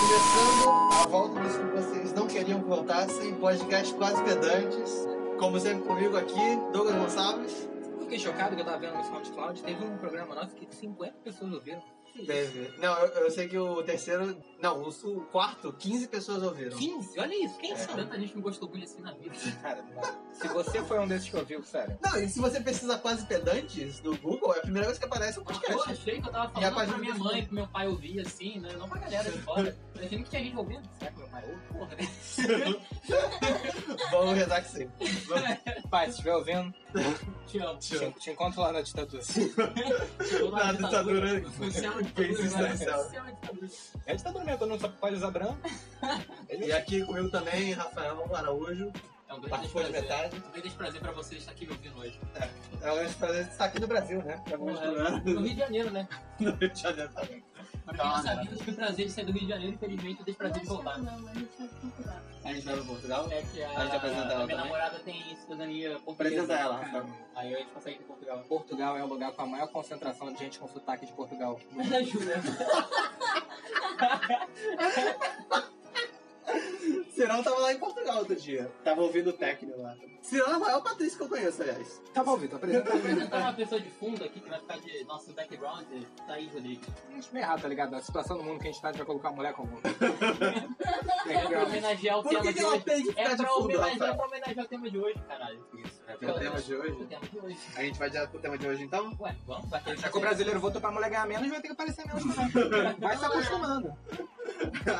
Começando a volta dos que vocês não queriam que voltassem, podcast quase pedantes. Como sempre comigo aqui, Douglas Gonçalves. Eu Fiquei chocado que eu tava vendo no SoundCloud. Teve um programa nosso que 50 pessoas ouviram. Que isso? Deve. Não, eu, eu sei que o terceiro. Não, o, su- o quarto, 15 pessoas ouviram. 15? Olha isso, quem É. são? Tanta gente não gostou muito assim na vida. Cara, se você foi um desses que ouviu, sério. Não, e se você pesquisar quase pedantes no Google, é a primeira vez que aparece o Eu podcast. achei que eu tava E a falando página pra minha do mãe, pro meu pai ouvir, assim, né? Não pra galera de fora. Eu achei que tinha gente ouvindo. Será que meu pai ouve? Porra, né? Ah, Vamos rezar que sim. Vamos- Pai, se estiver ouvindo, Te amo. Te amo. tá te, te encontro lá na ditadura. Chegou Na na ditadura. ditadura. Funciona a Que isso, ditadura. Marcelo? Funciona a ditadura. É ditadura mesmo, todo mundo só pode usar branco. E aqui comigo também, Rafael Araújo, É um grande participou de desprazer. metade. Um grande desprazer pra você estar aqui me ouvindo hoje. É um grande prazer estar aqui no Brasil, né? É bom Porra, No Rio de Janeiro, né? no Rio de Janeiro também. Pra quem Tá, né? não sabia, eu tive o prazer de sair do Rio de Janeiro, infelizmente, eu dei o prazer de voltar. né? Não, a gente vai procurar. A gente vai pra Portugal? É que a, A gente apresenta ela a minha também? namorada tem cidadania portuguesa. Apresenta ela, Rafael. Aí a gente consegue ir pra Portugal. Portugal é o lugar com a maior concentração de gente com sotaque de Portugal. Ajuda. Cirão tava lá em Portugal outro dia. Tava ouvindo o técnico lá. Cirão é a maior Patrícia que eu conheço, aliás. Tá bom, Vitor, apresenta. Vou apresentar uma pessoa de fundo aqui que vai ficar de nosso background, Thaís Rodrigues. Acho meio errado, tá ligado? A situação do mundo que a gente tá, a gente vai colocar a mulher como. É pra Legal. homenagear o Por tema que que de ela hoje. tem que ficar É de pra fundo, homenagear, Rafael? é pra homenagear o tema de hoje, caralho. Isso, é o tema de O hoje. tema de hoje. A gente vai direto pro tema de hoje então? Ué, vamos bater Já que o brasileiro votou pra mulher ganhar menos, vai ter que aparecer menos também. Vai se acostumando.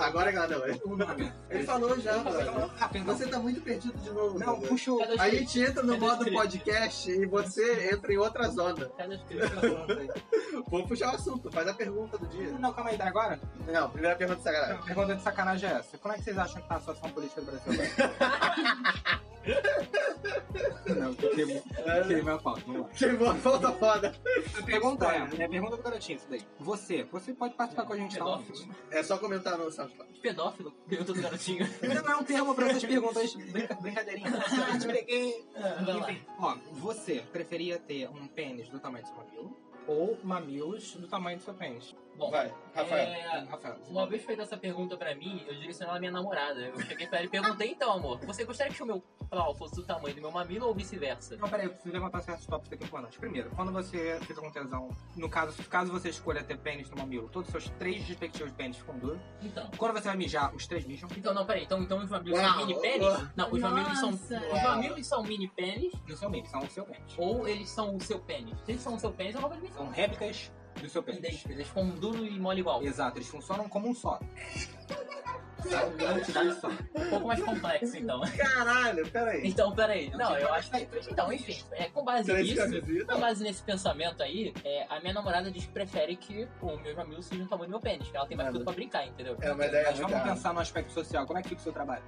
Agora é que ela deu. Ele falou já, mano. Ah, perdão. Você tá muito perdido de novo. Não, Dudu. puxa o. Cadê os A clientes? gente entra no Cadê os modo clientes? podcast e você entra em outra zona. Cadê os clientes? Vou puxar o assunto, faz a pergunta do dia. Não, calma aí, dá agora? Não, primeira pergunta dessa galera. A pergunta de sacanagem é essa. Como é que vocês acham que tá a situação política do Brasil agora? Não, queimou, queimou a pauta, vamos lá. Chegou a falta foda. A pergunta é, é a pergunta do garotinho isso daí. Você, você pode participar com a gente tá lá. Pedófilo. É só comentar no SoundCloud. Pedófilo? Pergunta do garotinho. Não é um termo pra essas perguntas brinca- brincadeirinhas. Ah, te peguei. Vamos lá. Enfim, ó, você preferia ter um pênis do tamanho do seu mamilo ou mamilos do tamanho do seu pênis? Bom, Vai, Rafael. é, Rafael. Uma vez fez essa pergunta pra mim, eu direcionei ela à minha namorada. Eu cheguei pra ela e perguntei, então, amor, você gostaria que o meu pau fosse do tamanho do meu mamilo ou vice-versa? Não, Então, peraí, eu preciso levantar certos tópicos aqui importantes. Primeiro, quando você fica com tesão, no caso, caso você escolha ter pênis no mamilo, todos os seus três respectivos pênis ficam duros. Então. Quando você vai mijar, os três mijam. Então, não, peraí, então, então os mamilos são Uau, mini pênis? Não, os mamilos são. Nossa. Os mamilos são mini pênis No seu mínimo, são o seu pênis. ou eles são o seu pênis? Se eles são o seu pênis, é uma coisa São réplicas do seu pênis. idêntica. Eles ficam duro e mole igual. Exato, eles funcionam como um só. Sabe? Uma entidade só. Um pouco mais complexo, então. Caralho, peraí. Então, peraí. Não, eu acho que. Então, enfim, é com base Três nisso. Com camisetas? base nesse pensamento aí, é, a minha namorada diz que prefere que o meu mamilo seja do tamanho do meu pênis, que ela tem mais Mano. tudo pra brincar, entendeu? É uma ideia Mas muito vamos errada. pensar no aspecto social. Como é que fica o seu trabalho?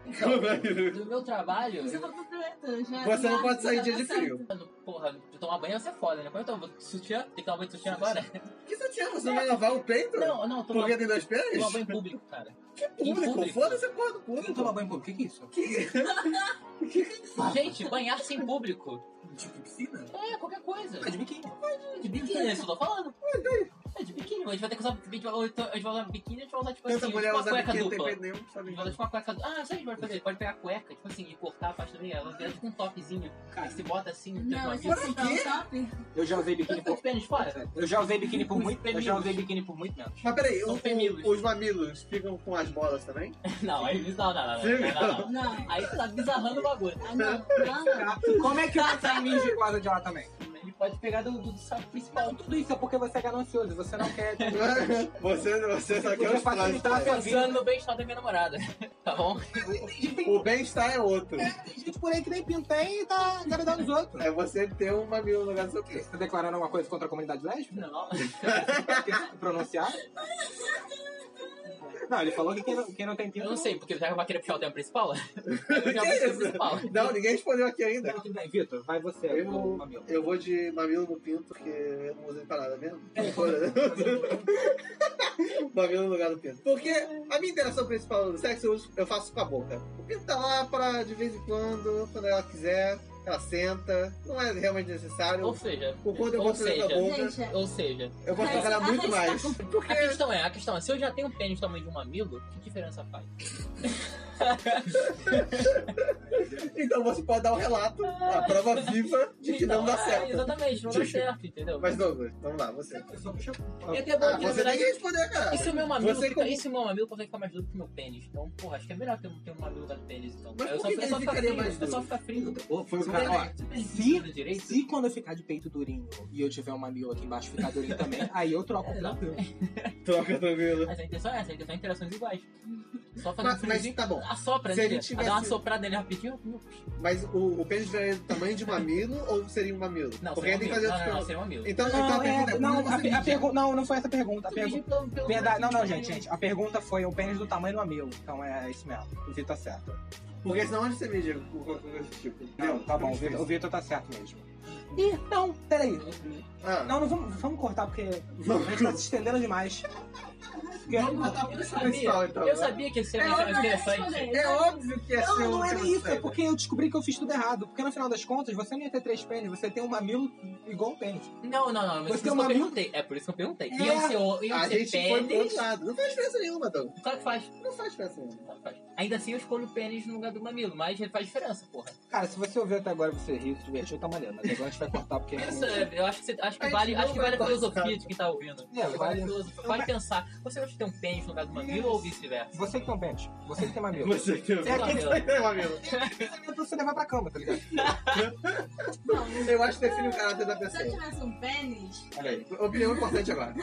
Do meu trabalho. Você tá completo, já. Você não já- pode sair já dia tá de certo. frio. Porra, de tomar banho você é foda, né? Como eu tomo sutiã? Tem que tomar banho de sutiã agora? Que sutiã? Você não vai lavar o peito? Não, não, tomar, Porque tem dois pênis? tomar banho público, cara. Que Em público? público. Foda-se a porra do Eu não público. tomo banho público. O que, que é isso? Gente, banhar-se em público. Tipo piscina? É, qualquer coisa. Fica de biquíni. De biquíni, é isso que eu tô falando. É de biquíni, a gente vai ter que usar. A gente vai, a gente vai usar biquíni, a gente vai usar tipo Tanta assim, mulher tipo uma usa cueca biquíni, não tem dupla. peito nenhum, sabe? Ele vai deixar uma cueca. Ah, sabe o que pode fazer? Pode pegar a cueca, tipo assim, e cortar a parte também. Ela vira tipo um toquezinho. Cara, se bota assim, Então tem Não, uma esse vida. é o top. Eu já usei biquíni Fica por... os pênis fora. né? Eu já usei biquíni por Os muito... Eu já mamilos. usei biquíni por muito menos. Mas peraí, São o- o- femilos. os mamilos ficam com as bolas também? Não, aí eles não, não, não, Sim. não, não, não. Não. Aí você tá bizarrando o bagulho. Ah, não, não, não. Como é que o Tamin de guarda de lá também? Ele pode pegar do, do saco principal. Não, tudo isso é porque você é ganancioso. Você não quer... Você, você só Você quer os facilitar plásticos. a sua vida. Pensando no bem-estar da minha namorada. Tá bom? O bem-estar é outro. Tem gente por aí que nem pintem e tá agradando os outros. É você ter um mamilo no lugar do seu peito. Você tá declarando alguma coisa contra a comunidade lésbica? Não. Quer pronunciar? Não, ele falou que quem não, quem não tem pinto... Eu não sei, porque já vai querer puxar o tema principal? Eu já puxei o principal. Não, ninguém respondeu aqui ainda. Não, tudo bem, Vitor, vai você. Eu, Mamilo. eu vou de mamilo no pinto, porque eu não usei pra nada mesmo. mamilo no lugar do pinto. Porque Uhum. a minha interação principal no sexo eu, uso- eu faço com a boca. O pinto tá lá pra, de vez em quando, quando ela quiser. ela senta, não é realmente necessário. Ou seja, O quanto eu ou posso ler seja, essa boca, Gente, ou seja, eu posso Mas- trabalhar tá muito mais. a Porque questão é, a questão é, se eu já tenho um pênis do tamanho de um mamilo, que diferença faz? então você pode dar um relato, a prova viva de que não dá Então, é, Então, certo. Exatamente, não dá Gente. certo, entendeu? Mas Douglas, vamos lá, você. Eu só puxo E até é bom Ah, que, na você tem que verdade, responder, cara. e se é o meu mamilo, Você fica, como- e se o meu mamilo consegue ficar mais duro que o meu pênis? Então, porra, acho que é melhor ter, um- ter um mamilo do pênis, então. Mas eu por só, que eu que só ele ficar ficaria frio, mais eu só duro? Então, ficar frio. Ô, Foi o Se cara, ó, o pênis se- fica direito, Se quando eu ficar de peito durinho e eu tiver um mamilo aqui embaixo ficar durinho também, aí eu troco. É, não. Troca tranquilo. Mas a intenção é essa, a intenção é interações iguais. Só fazer um Mas, mas friozinho. tá bom. Assopra Se ele nele, tivesse- dá uma soprada nele rapidinho. hum, Mas o, o pênis viraria do tamanho de um mamilo ou seria um mamilo? Não, Porque seria aí um tem que mamilo. fazer outro Não, não, não, plano. seria um mamilo. Então, então a Não, pergunta é, é não, como você a, assim, a dirige? pergunta- não, não foi essa a pergunta. A pergunta. Tá Verdade, não, não, gente, gente. gente. A pergunta foi o pênis do tamanho do mamilo. Então é isso mesmo. O Vitor tá certo. Porque senão onde você mede o cocô desse tipo? Não, tá bom, o Vitor, o Vitor. Vitor tá certo mesmo. Ih, não, peraí. Ah, Não, não vamos, vamos cortar, porque a gente tá se estendendo demais. vamos botar pro Eu sabia, principal então. eu né? sabia que esse era É mais óbvio, interessante. eu É óbvio que ia Não, ser não um era tema isso, é sério. porque eu descobri que eu fiz tudo errado. Porque no final das contas, você não ia ter três pênis, você tem um mamilo igual um pênis. Não, não, não, mas Você por isso que eu mamilo- perguntei. É por isso que eu perguntei. É. Iam ser, o- iam A ser gente foi pro pênis. outro lado. Não faz diferença nenhuma, Douglas. Claro que faz, Não faz diferença nenhuma. claro que faz. Ainda assim eu escolho o pênis no lugar do mamilo, mas ele faz diferença, porra. Cara, se você ouviu até agora e você riu, se divertiu, tá maneiro. Mas agora a gente vai cortar porque. Isso, é, eu acho que, você- acho A que gente vale, não acho que vale a vai filosofia gostar. de quem tá ouvindo. É, Acho que vale a vale- filosofia. não Vale vai- pensar, você gosta de ter um pênis no lugar do mamilo ou vice-versa? Você que tem um pênis, você que tem mamilo. Você que tem É aquele Mamilo. Você tem um mamilo. pra você levar pra cama, tá ligado? Não, Eu acho que define o caráter da se eu pessoa. tivesse um pênis, Olha aí. Opinião importante agora.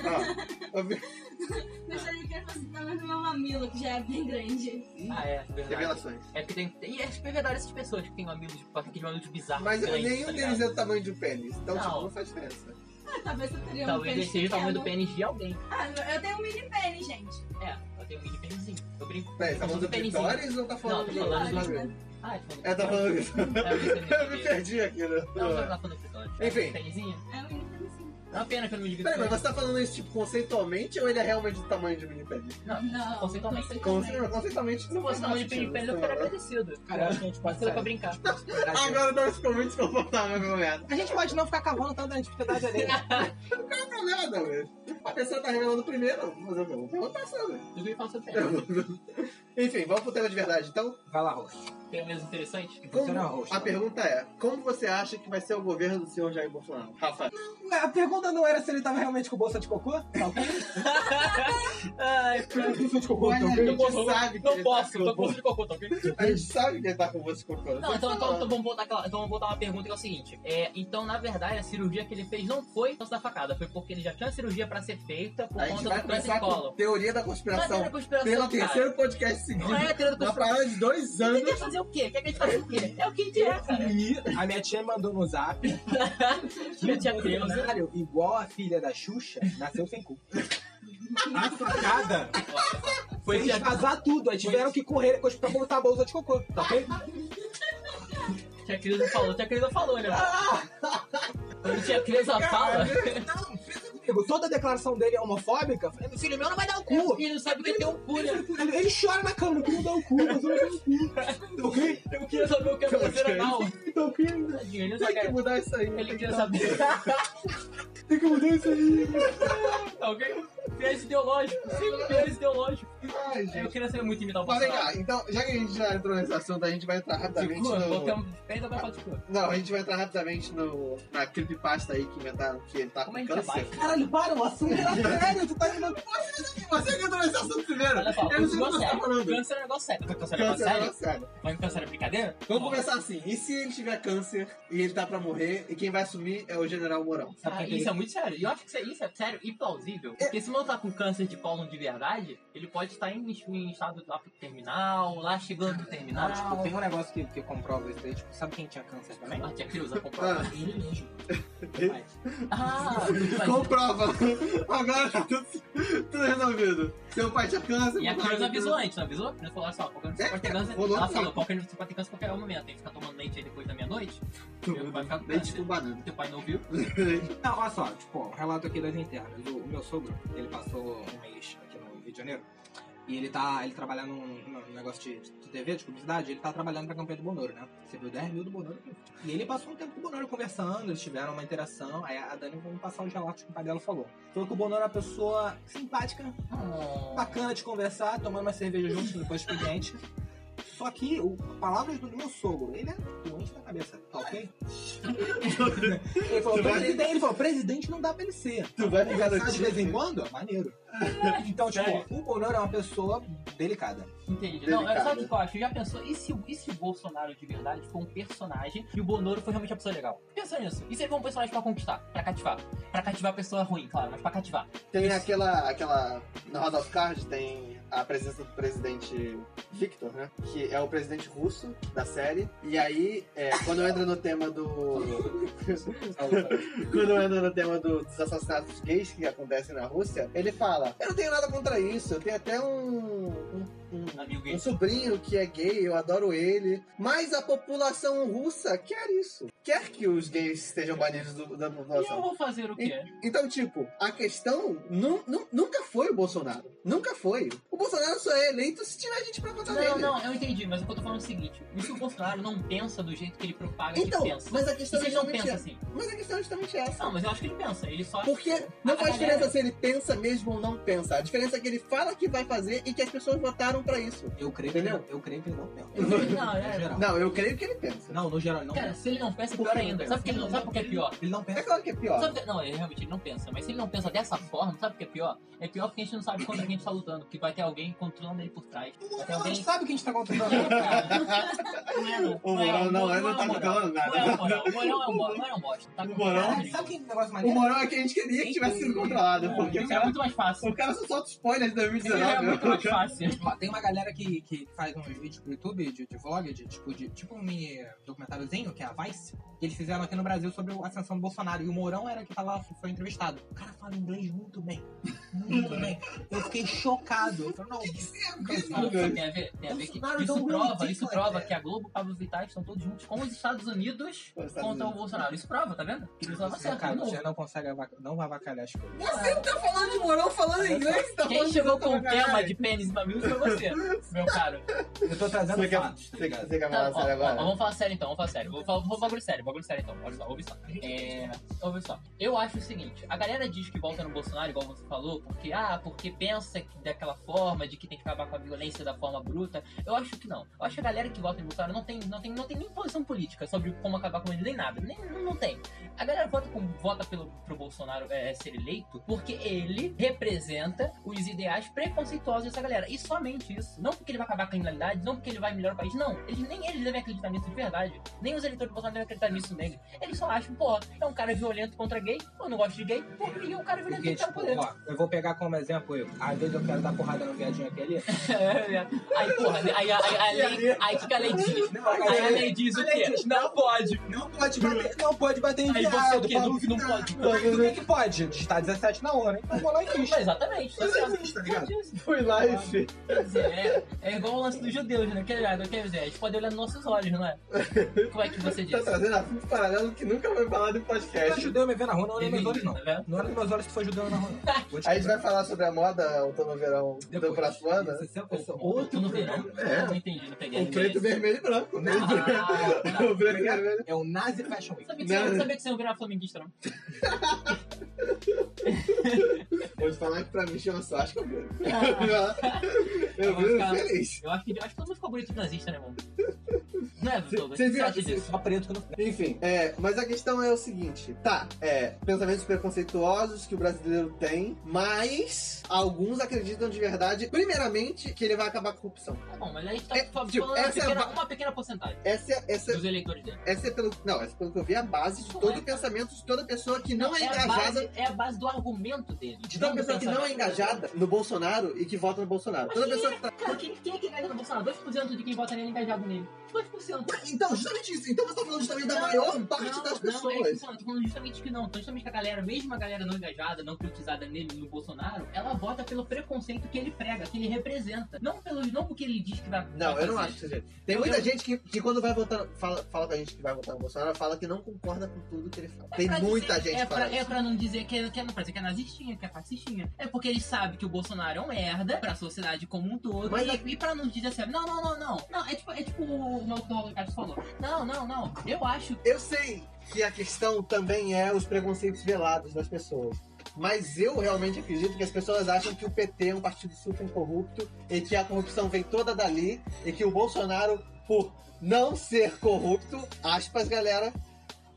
Ó, opi- Ah. deixaria que ele fosse do tamanho do meu mamilo, que já é bem grande. Ah, é, verdade. Revelações. É porque tem. E acho que é verdade essas pessoas que têm mamilos, aqueles mamilos bizarros. Mas grandes, nenhum tá ligado? deles é do tamanho de um pênis. Então, Não. tipo, não faz diferença. Ah, talvez eu é- teria um Talvez ele pênis seja o tamanho do pequeno. pênis de alguém. Ah, eu tenho um mini pênis, gente. É, eu tenho um mini pênisinho. Eu brinco. Peraí, tá Eu falando uso do pênisinho. Vitórias ou tá falando Não, do Vitórias, do mamilo? Ah, ele falou. É, tá falando disso. É, eu pensei Eu me nisso. perdi aqui, né? Não, não, tá falando Vitórias. Enfim. Pênisinho. É um mini pênisinho. É uma pena que eu não me divido. Peraí, mas você tá falando isso, tipo, conceitualmente ou ele é realmente do tamanho de um mini pênis? Não, Não, conceitualmente. Conce- Conceitualmente, Se não faz fosse tamanho de sentido, pênis, pênis, eu não ficaria faz agradecido. Cara, eu acho que a gente pode Mas era pra sair. brincar. nada. Agora o Douglas ficou muito desconfortável com a merda. A gente pode não ficar cavando tanto na dificuldade alheia. Não tem problema, Douglas. A pessoa tá revelando primeiro, mas eu vou perguntar sobre. Eu queria falar sobre pênis. Enfim, vamos pro tema de verdade. Então, Vai lá, roxo. Tem mesmo interessante? Você não é como... roxo. a pergunta é: como você acha que vai ser o governo do senhor Jair Bolsonaro? Rafa, A pergunta não era se ele tava realmente com bolsa de cocô? Tá Ai, de cocô, tá Olha, eu a gente posso, sabe que então não ele tá posso, com tô com bolsa- bolsa de cocô, tá ok? A gente sabe que ele tá com você com câncer. Não, então, então, Fala. então vamos botar aquela, então vamos botar uma pergunta que é o seguinte. É, então, na verdade, a cirurgia que ele fez não foi por causa da facada, foi porque ele já tinha uma cirurgia pra ser feita por A gente conta vai do começar protocolo. com teoria da Não é conspiração teoria da conspiração, pelo cara. terceiro podcast seguido. Não é teoria da Uma conspiração. parada de dois Você quer anos. fazer o quê? Quer que a gente faça o quê? É o que a gente é, cara. A minha tia me mandou no zap que Minha o tia Cleusa. Bolsonaro, igual a filha da Xuxa, nasceu sem cu. A facada Foi fez tia vazar tudo. Aí tiveram que correr com os- pra botar a bolsa de cocô, tá ok? Tia Cleusa falou, tia Cleusa falou, né? mano? Quando tia Cleusa fala, Não, pensa comigo. Tipo, Toda a declaração dele é homofóbica. Falei, meu filho meu não vai dar o cu. ele não sabe o que é ter um cu, né? Ele, ele chora na cama, não dá o cu, mas eu não dou o cu. Tá ok? Eu queria saber o que é Como fazer que é? anal. Tá ok? Tadinho, ele não Tem que sabe. mudar isso aí. Ele queria saber. Tem que mudar isso aí. Tá ok? Viés ideológico, sim, viés ideológico. é Ai, Eu gente. queria ser muito imitar o Mas vem Bolsonaro. cá, Tá então, já que a gente já entrou nesse assunto, a gente vai entrar De rapidamente cu, um no. botamos pedra pra falar de cu. Não, a gente vai entrar rapidamente no. na creepypasta aí que inventaram que ele tá Como a com gente é câncer. baixo. Caralho, para, o assunto era sério, tu tá indo. Você que entrou nesse assunto primeiro! Olha só, Eu não sei o que continua você tá sério. falando. Câncer é um negócio sério. Câncer é um negócio Câncer é sério? uma sério. Mas câncer é brincadeira? Vamos começar assim. E se ele tiver câncer e ele tá pra morrer, e quem vai assumir é o general Mourão? Ah, isso é muito sério. E eu acho que isso é, isso é sério e plausível. Porque se não tá com câncer de cólon de verdade, ele pode estar em, em estado lá pro terminal, lá chegando pro terminal. Não, tipo, tem um negócio que, que comprova isso aí. Tipo, sabe quem tinha câncer também? Ah, tia Creuza comprou. Ah. Ele mesmo. Ah, mas... Comprova! Agora tá tudo, tudo resolvido. Seu pai tinha câncer, E a meu Creuza pai avisou tinha antes, não avisou? Ela falou, olha só, qualquer um É, você pode ter câncer. rolou Ela um falou, tempo. qualquer você pode ter câncer a qualquer momento. Tem que ficar tomando leite aí depois da meia-noite. câncer. Vai ficar com Leite câncer. com banana. Teu pai não viu? Não, olha só, tipo, ó, um relato aqui das internas. O, o meu sogro, ele passou um mês aqui no Rio de Janeiro. E ele tá. Ele trabalha num, num negócio de, de TV, de publicidade, ele tá trabalhando pra campanha do Bonoro, né? Você viu 10 mil do Bonoro. E ele passou um tempo com o Bonoro conversando, eles tiveram uma interação. Aí a Dani vamos passar os relatos que o pai dela falou. Falou que o Bonoro é uma pessoa simpática, bacana de conversar, tomando uma cerveja junto depois do expediente. Só que, o, palavras do meu sogro, ele é doente da cabeça, tá ok? ele, falou, presidente, ele falou, presidente não dá pra ele ser. Tu vai me Conversar de garantir. vez em quando é maneiro. Então, tipo, Sério? o Bonoro é uma pessoa delicada. Entendi. Não, é Delicado. né? só o que eu acho. Já pensou, e se, e se o Bolsonaro de verdade for um personagem e o Bonoro foi realmente uma pessoa legal? Pensa nisso. E se ele for um personagem pra conquistar, pra cativar? Pra cativar a pessoa ruim, claro, mas pra cativar. Tem aquela, aquela. Na House of Cards tem a presença do presidente Victor, né? Que é o presidente russo da série. E aí, é, quando entra no tema do. quando entra no tema do- dos assassinatos gays que acontecem na Rússia, ele fala: Eu não tenho nada contra isso, eu tenho até um. um- um Amigo um gay. sobrinho que é gay, eu adoro ele. Mas a população russa quer isso. Quer que os gays sejam banidos do- da E eu população. vou fazer o quê? Então, tipo, a questão nu- nu- nunca foi o Bolsonaro. Nunca foi. O Bolsonaro só é eleito se tiver gente pra votar Não, nele. não, eu entendi, mas o que eu tô falando é o seguinte: e se o Bolsonaro não pensa do jeito que ele propaga Então, que pensa? mas a E questão se é ele não justamente pensa essa. assim? Mas a questão é justamente essa. Não, mas eu acho que ele pensa, ele só. Porque não A é faz galera- diferença se ele pensa mesmo ou não pensa. A diferença é que ele fala que vai fazer e que as pessoas votaram pra isso. Eu creio que Entendeu? ele, eu creio que ele não pensa. Não, No é. geral. Não, eu creio que ele pensa. Não, no geral ele não Cara, pensa. se ele não pensa, é Por pior que não ainda. pensa? Sabe por que ele não- sabe por que é pior? Ele não É pensa. claro que é pior. Sabe- não, ele realmente não pensa, mas se ele não pensa dessa forma, sabe o que é pior? É pior porque a gente não sabe contra quem a gente tá lutando, porque vai ter alguém controlando ele por trás. Vai ter Não, a alguém. gente sabe o que a gente tá contando. Não, cara, não é, não. O Morão não, ele não tá moral. controlando Não é nada. o Morão, o Morão é um bo- o Morão é um bosta. Tá O com- Morão- Caralho, Sabe sabe que negócio O maneiro? moral é que a gente queria que tivesse sido controlado, porque que- o Isso é cara, muito mais fácil. o cara só solta spoiler de Isso é 2019. né? muito mais fácil. Ó, Tem uma galera que, que faz uns vídeos pro YouTube de, de vlog, de, tipo, de, tipo um mini documentáriozinho, que é a Vice, que eles fizeram aqui no Brasil sobre a ascensão do Bolsonaro. E o Mourão era que tava, foi entrevistado. O cara fala inglês muito bem. Muito bem. Eu fiquei chocado. Eu falei, não, o que é Isso tem a ver, tem a ver que Bolsonaro dá isso um prova, ridículo, isso prova cara. que a Globo, Pablo Vittar estão todos juntos com os Estados Unidos Os Estados contra o Unidos. Bolsonaro. Isso prova, tá vendo? Isso tava Você, certo, de cara, novo. você não consegue avac- não avacalhar as coisas. Você tá falando de Morão falando inglês? Tá Quem falando chegou de com o outra tema caralho? de pênis e mamilos foi você, meu caro. Eu tô trazendo Você quer- fatos, tá Você ligado? você quer Tá, falar ó, ó, sério agora? vamos falar sério então, vamos falar sério. Vou falar vou bagulho sério, bagulho sério então. Olha só, ouve só. É, ouve só. Eu acho o seguinte, a galera diz que volta no Bolsonaro, igual você falou, porque ah, porque pensa que daquela forma, de que tem que acabar com a violência da forma bruta. Eu acho que não. Eu acho que a galera que vota no Bolsonaro não tem, não tem, não tem nem posição política sobre como acabar com ele, nem nada. Nem, não, não tem. A galera vota, com, vota pelo, pro Bolsonaro é, ser eleito porque ele representa os ideais preconceituosos dessa galera. E somente isso. Não porque ele vai acabar com a criminalidade, não porque ele vai melhorar o país. Não. Eles, nem eles devem acreditar nisso de verdade. Nem os eleitores do Bolsonaro devem acreditar nisso nele. Eles só acham, porra, é um cara violento contra gay. Eu não gosto de gay. Porra, e o cara violento tem Porque, que tá no tipo, poder. ó, eu vou pegar como exemplo eu. Às vezes eu quero dar porrada no viadinho aqui ali. É, aí, porra, aí, aí, aí, aí, a lei- aí o que que a lei diz? Não, a Aí a galera- lei diz o a lei quê? diz, Não pode. Não pode bater, não pode bater em Aí viado. você o quê? Paulo Não, não Vittar. pode. Mas o que que pode? Digitar 17 na hora, hein? Então vou lá e fiz. Exatamente. tá certo. tá ligado? Fui live. Quer dizer, é, é igual o lance dos judeus, né? Quer dizer, quer dizer, eles podem olhar nos nossos olhos, não é? Como é que você Tá diz? trazendo assunto paralelo que nunca foi falado em Se for podcast. judeu me ver na rua, não olha meus olhos, Deveria, não. tá vendo? Não olha meus olhos se for judeu na rua, não. Vou te A gente vai falar sobre a moda outono verão do Depois. próximo ano. Esse- esse- né? esse- Outro no verão. É. Não entendi, não peguei. a O preto, referência. vermelho e branco. né? Ah, tá. O preto, vermelho. É o Nazi Fashion Week. Sabia que você- Não. Sabia que você não virava flamenguista, não? Vou te falar que pra mim chama só, acho que é o branco. Eu Eu vou vivo ficar- feliz. Eu acho que, acho que todo mundo ficou bonito nazista, né, irmão? Não é, Vitor? Você viu? acha disso? Só preto que eu não Enfim, é, mas a questão é o seguinte: tá, é, pensamentos preconceituosos que o brasileiro tem, mas alguns acreditam de verdade, primeiramente, que ele vai acabar com a corrupção. Tá bom, mas aí a gente tá É, falando tipo, uma essa é a pequena, ba- uma pequena porcentagem Essa é, essa, dos eleitores dele. essa é pelo, não, essa é pelo que eu vi, é a base de todo o pensamento de toda pessoa que não é a engajada base- é a base do argumento dele. De toda do pessoa que não é pensamento. engajada no Bolsonaro e que vota no Bolsonaro. Toda pessoa que tá. Cara, quem, quem é que engaja no Bolsonaro? 2% de quem vota nele é engajado nele. 2%. funciona. tá- Então, justamente isso. Então você tá falando justamente da Não, maior parte não, das Não, é pessoas. isso, mano, tô falando justamente que não. Tô justamente que a galera, mesmo a galera não engajada, não politizada nele, no Bolsonaro, ela vota pelo preconceito que ele prega, que ele representa. Não, pelo, não porque ele diz que vai Não, vai eu não fazer. acho isso, gente. Tem Eu- muita eu- gente que, que quando vai votar, fala, fala com a gente que vai votar no Bolsonaro, fala que não concorda com tudo que ele fala. Tem pra muita dizer- gente é que fala pra, é isso. pra não dizer que é, que é, pra dizer que é nazistinha, que é fascistinha. É porque ele sabe que o Bolsonaro é um merda pra sociedade como um todo. Mas é e, a- e pra não dizer assim, não, não, não, não. Não, é tipo, é tipo o maluco do Roberto Carlos falou. Não, não, não. Eu acho Eu sei que a questão também é os preconceitos velados das pessoas. Mas eu realmente acredito que as pessoas acham que o PT é um partido super corrupto e que a corrupção vem toda dali e que o Bolsonaro, por não ser corrupto, aspas, galera,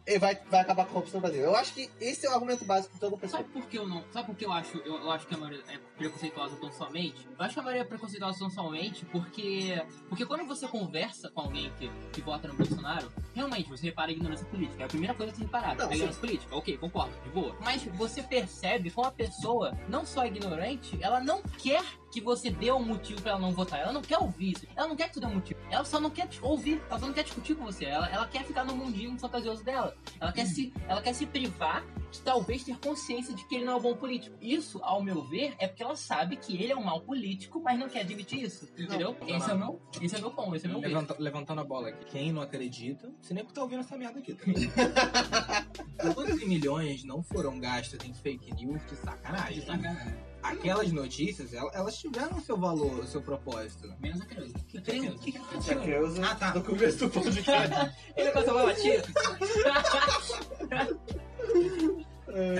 eh, vai, vai acabar com a corrupção no Brasil. Eu acho que esse é o argumento básico de toda pessoa. Sabe por que eu não? Sabe por que eu acho, eu, eu acho que a maioria é preconceituosa tão somente? Eu acho que a maioria é preconceituosa tão somente porque. Porque quando você conversa com alguém que, que vota no Bolsonaro, realmente você repara a ignorância política. É a primeira coisa que você reparar. Não, a ignorância política. Ok, concordo, de boa. Mas você percebe como a pessoa, não só ignorante, ela não quer que você dê um motivo pra ela não votar. Ela não quer ouvir isso. Ela não quer que tu dê um motivo. Ela só não quer te ouvir. Ela só não quer discutir com você. Ela, ela quer ficar no mundinho fantasioso dela. Ela quer, se, ela quer se privar de talvez ter consciência de que ele não é um bom político. Isso, ao meu ver, é porque ela sabe que ele é um mau político, mas não quer admitir isso. Entendeu? Esse, é o meu, esse é o meu ponto, esse é o meu ver. Levanta- levantando a bola aqui. Quem não acredita, você nem tá ouvindo essa merda aqui, tá? 12 milhões não foram gastos em fake news de sacanagem. De sacanagem. Aquelas notícias, el- elas tiveram o seu valor, o seu propósito. Menos a criança. Que creio, que que Essa aconteceu? creusa Ah, tá. do começo do podcast. Ele passou uma batida.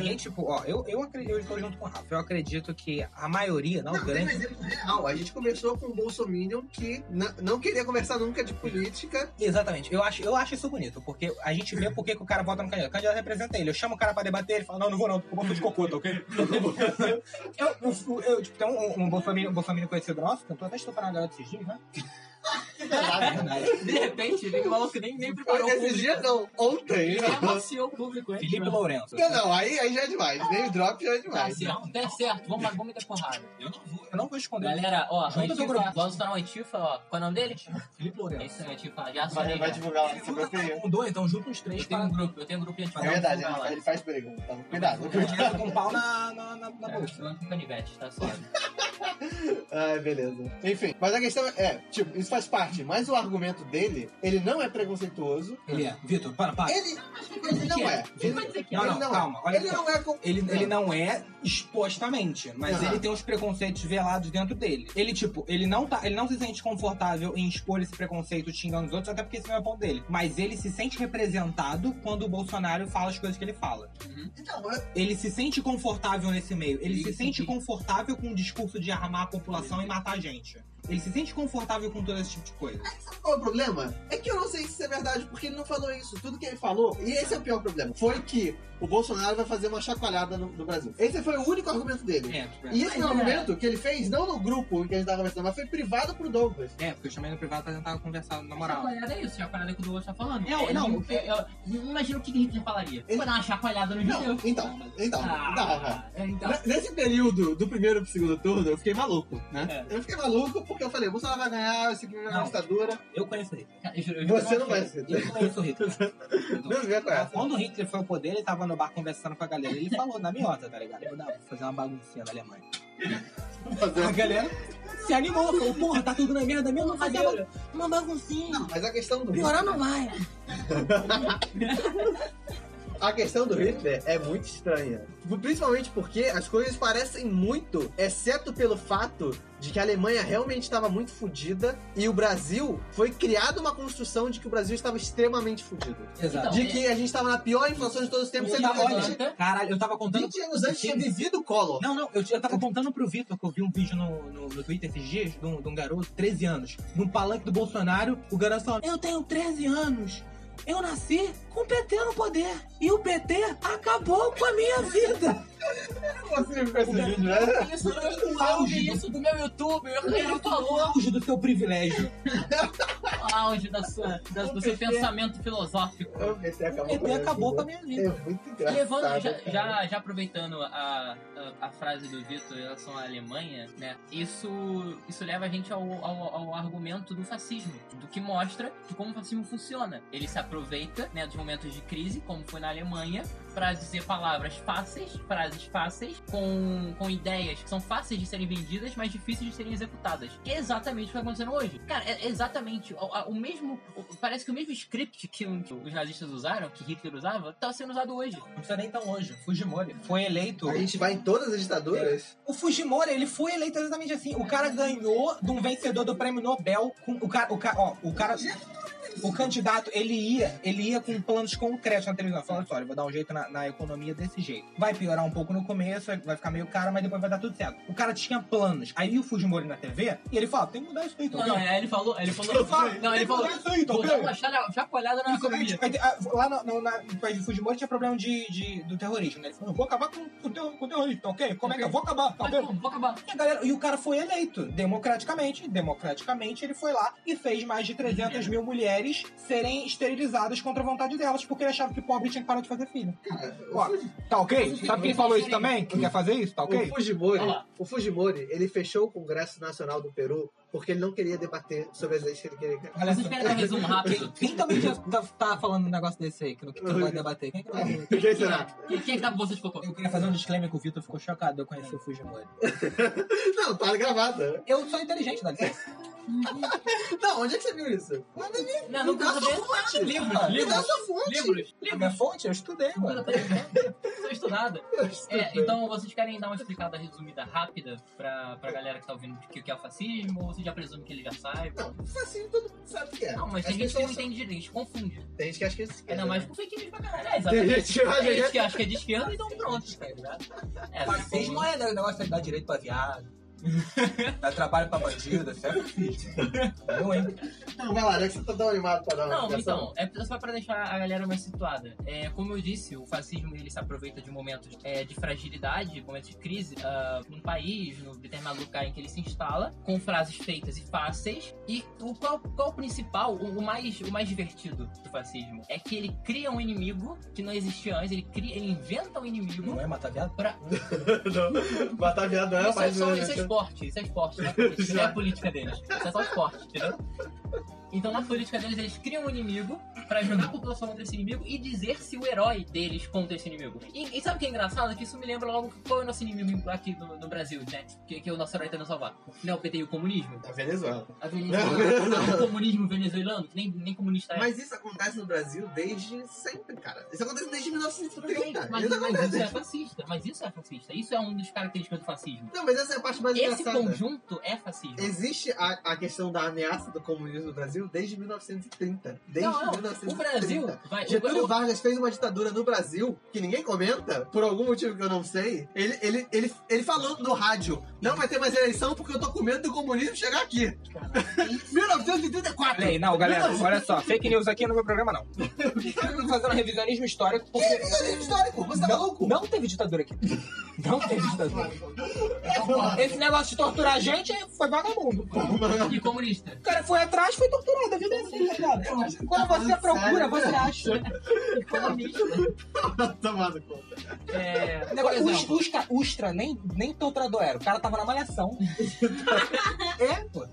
E, tipo, ó, eu, eu, acredito, eu estou junto com o Rafa. Eu acredito que a maioria, não, Não, tem um grande... exemplo real. Não, a gente começou com o Bolsominion que n- não queria conversar nunca de política. Exatamente. Eu acho, eu acho isso bonito, porque a gente vê por que que o cara vota no candidato. O candidato representa ele. Eu chamo o cara pra debater, ele fala, não, não vou não, porque eu vou de cocô, tá ok? eu, eu, eu, tipo, tem um, um bolsominion, um bolsominion conhecido nosso, tentou até estuprar uma garota esses dias, né? É verdade. De repente, ele que o maluco nem, nem preparou o Esses público. dias não, ontem. Ele amaciou o público. antes, Felipe né? Lourenço. Não, não, aí, aí já é demais. Name drop já é Tá demais. certo, tá certo. Vamos, vamos meter porrada. Eu não vou, eu não vou esconder. né? Galera, ó, Junta do Antifa, grupo. vamos estourar um Antifa, ó. Qual é o nome dele? Felipe É Lourenço. isso, Antifa. Já Vai, assinei, vai já. divulgar lá no seu Junta perfil. com dois, então junta os três É, Eu tenho para um grupo, eu tenho um grupo de Antifa. É verdade, Vamos ele, lá. ele faz perigo. Então, cuidado. direto com um pau na, na, na, na Tá, bolsa. falando com canivete, tá suave. Ai, beleza. Enfim, mas a questão é, tipo, isso faz parte. Mas o argumento dele, ele não é preconceituoso. Ele é. Vitor, para, para. Ele, ele não é. Quem vai dizer que é? Não, não, Ele não é. calma. Olha Ele só. não é. co- Ele, ele não é expostamente, mas Aham. ele tem uns preconceitos velados dentro dele. Ele, tipo, ele não, tá, ele não se sente confortável em expor esse preconceito xingando os outros, até porque esse não é o ponto dele. Mas ele se sente representado quando o Bolsonaro fala as coisas que ele fala. Então, eu- Ele se sente confortável nesse meio. Ele Ele se se sente sente- confortável com o discurso de armar a população e matar a gente. Ele se sente confortável com todo esse tipo de coisa. sabe qual é o problema? É que eu não sei se isso é verdade, porque ele não falou isso. Tudo que ele falou, e esse é o pior problema, foi que o Bolsonaro vai fazer uma chacoalhada no, no Brasil. Esse foi o único argumento dele. É, E esse é um Mas é. argumento que ele fez, não no grupo que a gente tava conversando, mas foi privado pro Douglas. é, porque eu chamei no privado pra tentar conversar na moral. Chacoalhada é isso, chacoalhada que o Douglas tá falando. Não, Ele- não, eu- eu- eu- imagina o que que Hitler falaria. É, Ele- Vou dar uma chacoalhada no Não, judeu. então, então, não, não. Ah, então. Ne- Nesse período do primeiro pro segundo turno, eu fiquei maluco, né? É. Eu fiquei maluco porque eu falei, o Bolsonaro vai ganhar, esse aqui vai ganhar uma Não. ditadura. Eu conheço ele. Eu juro- eu juro Você que não vai ser. Eu conheço o Hitler. Deus me conhece. Quando o Hitler foi ao poder, ele tava no bar conversando com a galera. Ele falou na miota, tá ligado? Vou, dar, vou fazer uma baguncinha na Alemanha. A galera se animou, falou, porra, tá tudo na merda mesmo, vou fazer uma bagun- uma baguncinha. Mas a questão do Hitler, Piorar não vai. a questão do Hitler é muito estranha. Principalmente porque as coisas parecem muito, exceto pelo fato de que a Alemanha realmente estava muito fodida e o Brasil foi criada uma construção de que o Brasil estava extremamente fodido. Exato. De que a gente estava na pior inflação de todos os tempos, Você sendo tá que a onde? gente, Levanta. Caralho, eu tava contando. 20 anos antes tinha vivido o Collor. Não, não, eu, eu tava contando pro Vitor que eu vi um vídeo no, no, no Twitter esses dias de um, de um garoto, 13 anos, num palanque do Bolsonaro. O garoto falando: Eu tenho 13 anos. Eu nasci com o PT no poder. E o PT acabou com a minha vida. possível com assim esse vídeo, né? Isso, é eu auge ouvi do- isso do meu YouTube, eu- ele Ele falou. falou auge do seu privilégio. auge da sua, da- do seu pensamento filosófico. O PT acabou, O com a ET minha acabou com a vida. minha vida. É muito E engraçado. Levando, já, cara. já, já aproveitando a, a, a frase do Vitor em relação à Alemanha, né? Isso, isso leva a gente ao, ao, ao argumento do fascismo, do que mostra de como o fascismo funciona. Ele se aproveita né, dos momentos de crise, como foi na Alemanha, para dizer palavras fáceis, frases fáceis, com, com ideias que são fáceis de serem vendidas, mas difíceis de serem executadas. Que é exatamente o que está acontecendo hoje. Cara, é exatamente o, a- o mesmo. o- parece que o mesmo script que um- que os nazistas usaram, que Hitler usava, tá sendo usado hoje. Não precisa nem tão longe. Fujimori foi eleito. A gente vai em todas as ditaduras? O Fujimori, ele foi eleito exatamente assim. O cara ganhou de um vencedor do prêmio Nobel. Com, o cara, o cara, ó, o cara. O candidato, ele ia, ele ia com planos concretos na televisão. Falando assim, olha, eu vou dar um jeito na, na economia desse jeito. Vai piorar um pouco no começo, vai- vai ficar meio caro, mas depois vai dar tudo certo. O cara tinha planos. Aí viu o Fujimori na TV e ele fala, tem que mudar isso aí, tá Não, não, ok? é, ele falou, ele Ele falou. fala, Não, ele tem que falou. mudar isso aí, tá Vou ok? dar uma chara- chacoalhada na economia. Aí, ah, Lá no, no, na, no país do Fujimori tinha problema de, de- do terrorismo, né? Ele falou, eu vou acabar com, com, o terro- com o terrorismo, tá ok? Como é que eu vou acabar, tá Mas ok? como? Vou acabar. E, a galera, e o cara foi eleito democraticamente. Democraticamente, ele foi lá e fez mais de 300 mil mulheres serem esterilizadas contra a vontade delas, porque ele achava que pobre tinha que parar de fazer filho. Cara, o Ó, Fuji- Tá ok? Sabe quem falou isso também? Quem quer fazer isso? Tá o ok? Fujimori, Olha lá. o Fujimori, ele fechou o Congresso Nacional do Peru porque ele não queria debater sobre as leis que ele queria. Olha Vocês só. querem dar um resumo rápido? Quem também já tá, tá falando um negócio desse aí, que não que não pode debater? Quem que não pode? Quem será? Quem quem é que tá com vocês ficou? Eu queria fazer um disclaimer que o Vitor ficou chocado eu conheci o Fujimori. Não, tá gravada. Eu sou inteligente, né? dá licença. Não, onde é que você viu isso? Não, não dá precisa saber. Livros, Me dá livros, essa fonte. livros, A livros. minha fonte, eu estudei, Não mano. precisa ser estudada. É, então... então vocês querem dar uma explicada resumida rápida pra, pra galera que tá ouvindo o que, que é o fascismo? Ou você já presume que ele já saiba? Assim, todo mundo sabe o que é. Não, mas As tem gente que não pessoas- entende direito, confunde. Tem gente que acha que isso é. Ainda mais com fake news pra caralho. É, Tem exatamente. gente que acha Tem gente que que acha que é de esquerda, então pronto, tá ligado? É, Fascismo assim, é né, o negócio de dar direito pra viado. Dá trabalho pra bandido, isso é fascismo. Eu, hein? Não, vai lá, né? Que você tá tão animado pra dar uma Não, explicação. então, é só pra deixar a galera mais situada. É, como eu disse, o fascismo ele se aproveita de momentos é, de fragilidade, momentos de crise ah, num país, no determinado lugar em que ele se instala, com frases feitas e fáceis. E o qual, qual o principal, o, o mais, o mais divertido do fascismo é que ele cria um inimigo que não existia antes, ele cria, ele inventa um inimigo. Não é matar viado? Não, Matar viado não é Isso é, mais só, um- isso é esporte, isso é esporte, né? Isso não é a política deles. Isso é só esporte, entendeu? Então, na política deles, eles criam um inimigo pra jogar a população contra esse inimigo e dizer-se o herói deles contra esse inimigo. E, e sabe o que é engraçado? Que isso me lembra logo qual é o nosso inimigo aqui no, no Brasil, né? Que, que é o nosso herói tentando salvar. Não é o PT e o comunismo? Da Venezuela. A Venezuela, o comunismo venezuelano, que nem, nem comunista é. Mas isso acontece no Brasil desde sempre, cara. Isso acontece desde Tudo um, bem, 1930. mas, Isso mas acontece. isso é fascista, mas isso é fascista. Isso é um dos características do fascismo. Não, mas essa é a parte mais Esse engraçada. conjunto é fascismo. Existe a, a questão da ameaça do comunismo no Brasil desde 1930. Desde Não, não, 1930. O Brasil vai. é Getúlio o- Vargas fez uma ditadura no Brasil que ninguém comenta, por algum motivo que eu não sei. Ele, ele, ele, ele falando no rádio: Não vai ter mais eleição porque eu tô com medo do comunismo chegar aqui. 1934! é Olha aí, não, galera, olha só, fake news aqui no meu programa não. Estamos fazendo revisionismo histórico porque Revisionismo histórico, você tá maluco? não teve ditadura aqui. Não teve ditadura. É Esse negócio de torturar a gente foi vagabundo. E comunista. O cara foi atrás, foi torturado, a vida é assim, tá ligado? Quando você né? procura, você acha. E comunista. Tomado conta. É, O por negócio- Os, exemplo, os ca- Ustra nem, nem torturador era, o cara tava na malhação. É, pô.